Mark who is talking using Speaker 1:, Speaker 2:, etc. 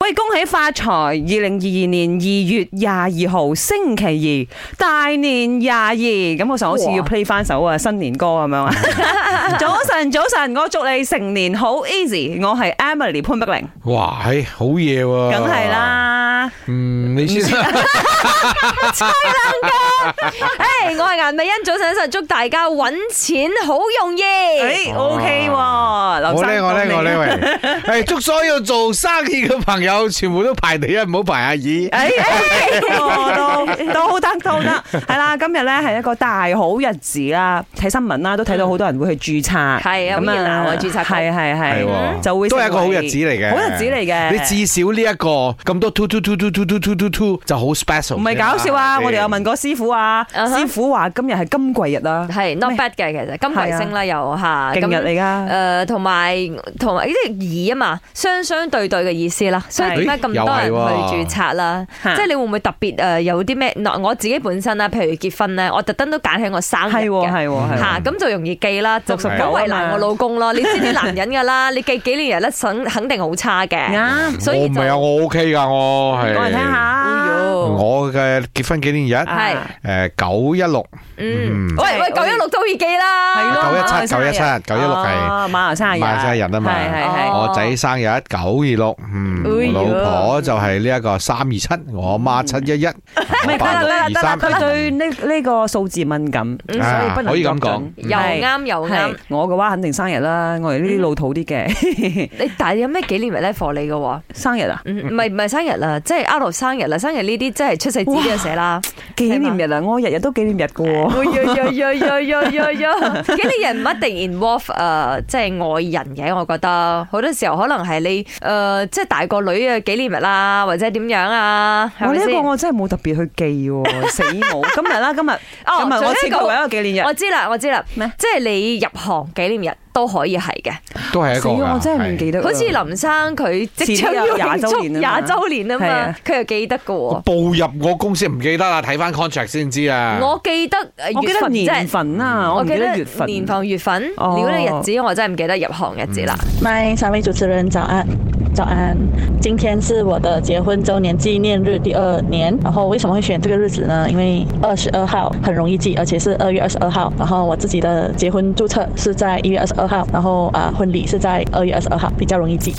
Speaker 1: 喂，恭喜發財！二零二二年二月廿二號星期二，大年廿二，咁我上好似要
Speaker 2: 哇
Speaker 1: play 翻首啊新年歌咁樣 啊！早晨，早晨，我祝你成年好 easy，我係 Emily 潘碧玲，
Speaker 3: 哇，唉，好嘢喎！
Speaker 1: 梗係。啦，
Speaker 3: 嗯，你先啦。
Speaker 2: 诶，哎我系颜美欣，早晨晨，祝大家搵錢好容易。
Speaker 3: 哎
Speaker 1: 誒 OK 喎，劉
Speaker 3: 我
Speaker 1: 生
Speaker 3: 咧，我
Speaker 1: 到你
Speaker 3: 咧，
Speaker 1: 啦
Speaker 3: 我咧，喂，誒，祝所有做生意嘅朋友全部都排第一，唔好排阿二。
Speaker 1: 诶，都哎哦都得都得，系啦，今日咧係一個大好日子啦，睇新聞啦，都睇到好多人會去註冊，
Speaker 2: 係啊好熱鬧啊註冊局
Speaker 1: 係係
Speaker 3: 係
Speaker 1: 係，
Speaker 3: 喎
Speaker 1: 就會
Speaker 3: 都係一個好
Speaker 1: 成為
Speaker 3: 日子嚟嘅，
Speaker 1: 好日子嚟嘅，
Speaker 3: 你至少呢一個咁多 two two two two two two two two two 就好 special。
Speaker 1: 唔係搞笑啊！我哋有問過師傅啊，
Speaker 2: 嗯哼
Speaker 1: 師傅話今日係金貴日啊，
Speaker 2: 係 not bad 嘅，其實金葵星啦又吓，
Speaker 1: 勁啊日嚟噶。
Speaker 2: 诶，同埋同埋呢啲二啊嘛，相相對對嘅意思啦，所以點解咁
Speaker 3: 咦
Speaker 1: 哎
Speaker 2: 多人
Speaker 3: 又係喎
Speaker 2: 去註冊啦？
Speaker 1: 嚇
Speaker 2: 即係你會唔會特別诶有啲咩？嗱，我自己本身啦，譬如結婚咧，我特登都揀喺我生日
Speaker 1: 係喎
Speaker 2: 嘅。
Speaker 1: 係喎係喎
Speaker 2: 吓咁就容易記啦，就
Speaker 1: 69
Speaker 2: 唔好為
Speaker 1: 啊嘛
Speaker 2: 難我老公咯。你知啲男人噶啦，你記幾年日咧，肯肯定好差嘅。
Speaker 1: 啱，
Speaker 2: 所
Speaker 3: 我
Speaker 2: 以
Speaker 3: 唔
Speaker 2: 就
Speaker 3: 係啊，我 OK 噶，我係。
Speaker 1: 講嚟聽下。
Speaker 2: 哎
Speaker 3: 我嘅結婚紀念日
Speaker 2: 啊係
Speaker 3: 誒九一六，
Speaker 2: 喲嗯，
Speaker 3: 嗯，
Speaker 2: 喂喂，九一六都易記
Speaker 1: 係
Speaker 2: 啦，
Speaker 1: 咯
Speaker 3: 九一七九一七九一六係
Speaker 1: 啊馬來西亞人，
Speaker 3: 馬來西亞人啊嘛
Speaker 1: 係係係。
Speaker 2: 哦
Speaker 3: 我仔生日九二六，嗯，
Speaker 2: 哎呀
Speaker 3: 我老婆就係呢一個三二七，我媽七一一，
Speaker 1: 唔係得啦
Speaker 3: 我爸
Speaker 1: 得啦得啦，
Speaker 3: 二
Speaker 1: 佢
Speaker 3: 三
Speaker 1: 對呢呢個數字敏感，所
Speaker 3: 啊
Speaker 1: 以不能
Speaker 3: 可以咁
Speaker 1: 作準
Speaker 3: 講
Speaker 2: 又啱又啱
Speaker 1: 係。我嘅話肯定生日啦，我哋呢啲老土啲嘅
Speaker 2: 你但係有咩紀念日咧？for 你嘅喎，
Speaker 1: 生日啊，
Speaker 2: 嗯唔係唔係生日啦，即係 out of 生日啦，啊生日呢啲即係出世紙都要寫啦。
Speaker 1: 紀念日啊，我日日都紀念日嘅喎。
Speaker 2: 哎呀呀呀呀呀呀呀！紀念日唔一定 involve 誒，即係愛人嘅，我覺得好多時候可能係你誒，即係大個女嘅紀念日啦，或者點樣啊，係
Speaker 1: 我
Speaker 2: 咪
Speaker 1: 呢一個
Speaker 2: 先？
Speaker 1: 我真係冇特別去記 喎，死我！今日啦，今日
Speaker 2: 哦
Speaker 1: 今日我
Speaker 2: 仲有一
Speaker 1: 設
Speaker 2: 個
Speaker 1: 過一個紀念日。
Speaker 2: 我知啦，我知啦
Speaker 1: 咩，
Speaker 2: 即係你入行紀念日都可以係嘅。
Speaker 3: 都係一個
Speaker 1: 死啊
Speaker 3: 㗎
Speaker 1: 我真係唔記
Speaker 3: 係
Speaker 1: 得啦。
Speaker 2: 好似林生佢即將要慶祝
Speaker 1: 嗯遲啲有
Speaker 2: 廿
Speaker 1: 廿
Speaker 2: 周
Speaker 1: 週
Speaker 2: 年啊
Speaker 1: 係
Speaker 2: 嘛
Speaker 1: 啊，
Speaker 2: 佢又記得嘅
Speaker 3: 我
Speaker 2: 喎。
Speaker 3: 步入我公司唔記得啦，睇翻 contract 先知啊。
Speaker 2: 我記得呃
Speaker 1: 我記
Speaker 2: 月
Speaker 1: 得
Speaker 2: 份
Speaker 1: 年
Speaker 2: 啫，
Speaker 1: 份啊，我唔記得月份。
Speaker 2: 年份月份，如
Speaker 1: 哦
Speaker 2: 果你日子我真係唔記得入行日子啦。
Speaker 4: 麦，三位主持人早安，早安。今天是我的结婚周年纪念日第二年，然后为什么会选这个日子呢？因为二十二号很容易记，而且是二月二十二号。然后我自己的结婚注册是在一月二十二号，然后啊、婚礼是在二月二十二号，比较容易记。